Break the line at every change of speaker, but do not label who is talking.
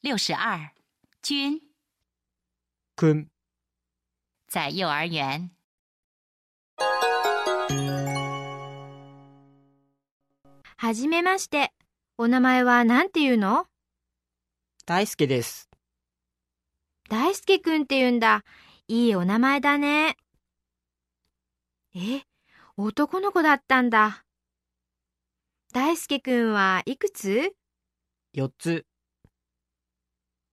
六十二，君
くん、
在幼儿园。
はじめまして。お名前は何て言うの
大輔です。
大輔くんって言うんだ。いいお名前だね。え、男の子だったんだ。大輔くんはいくつ
4つ、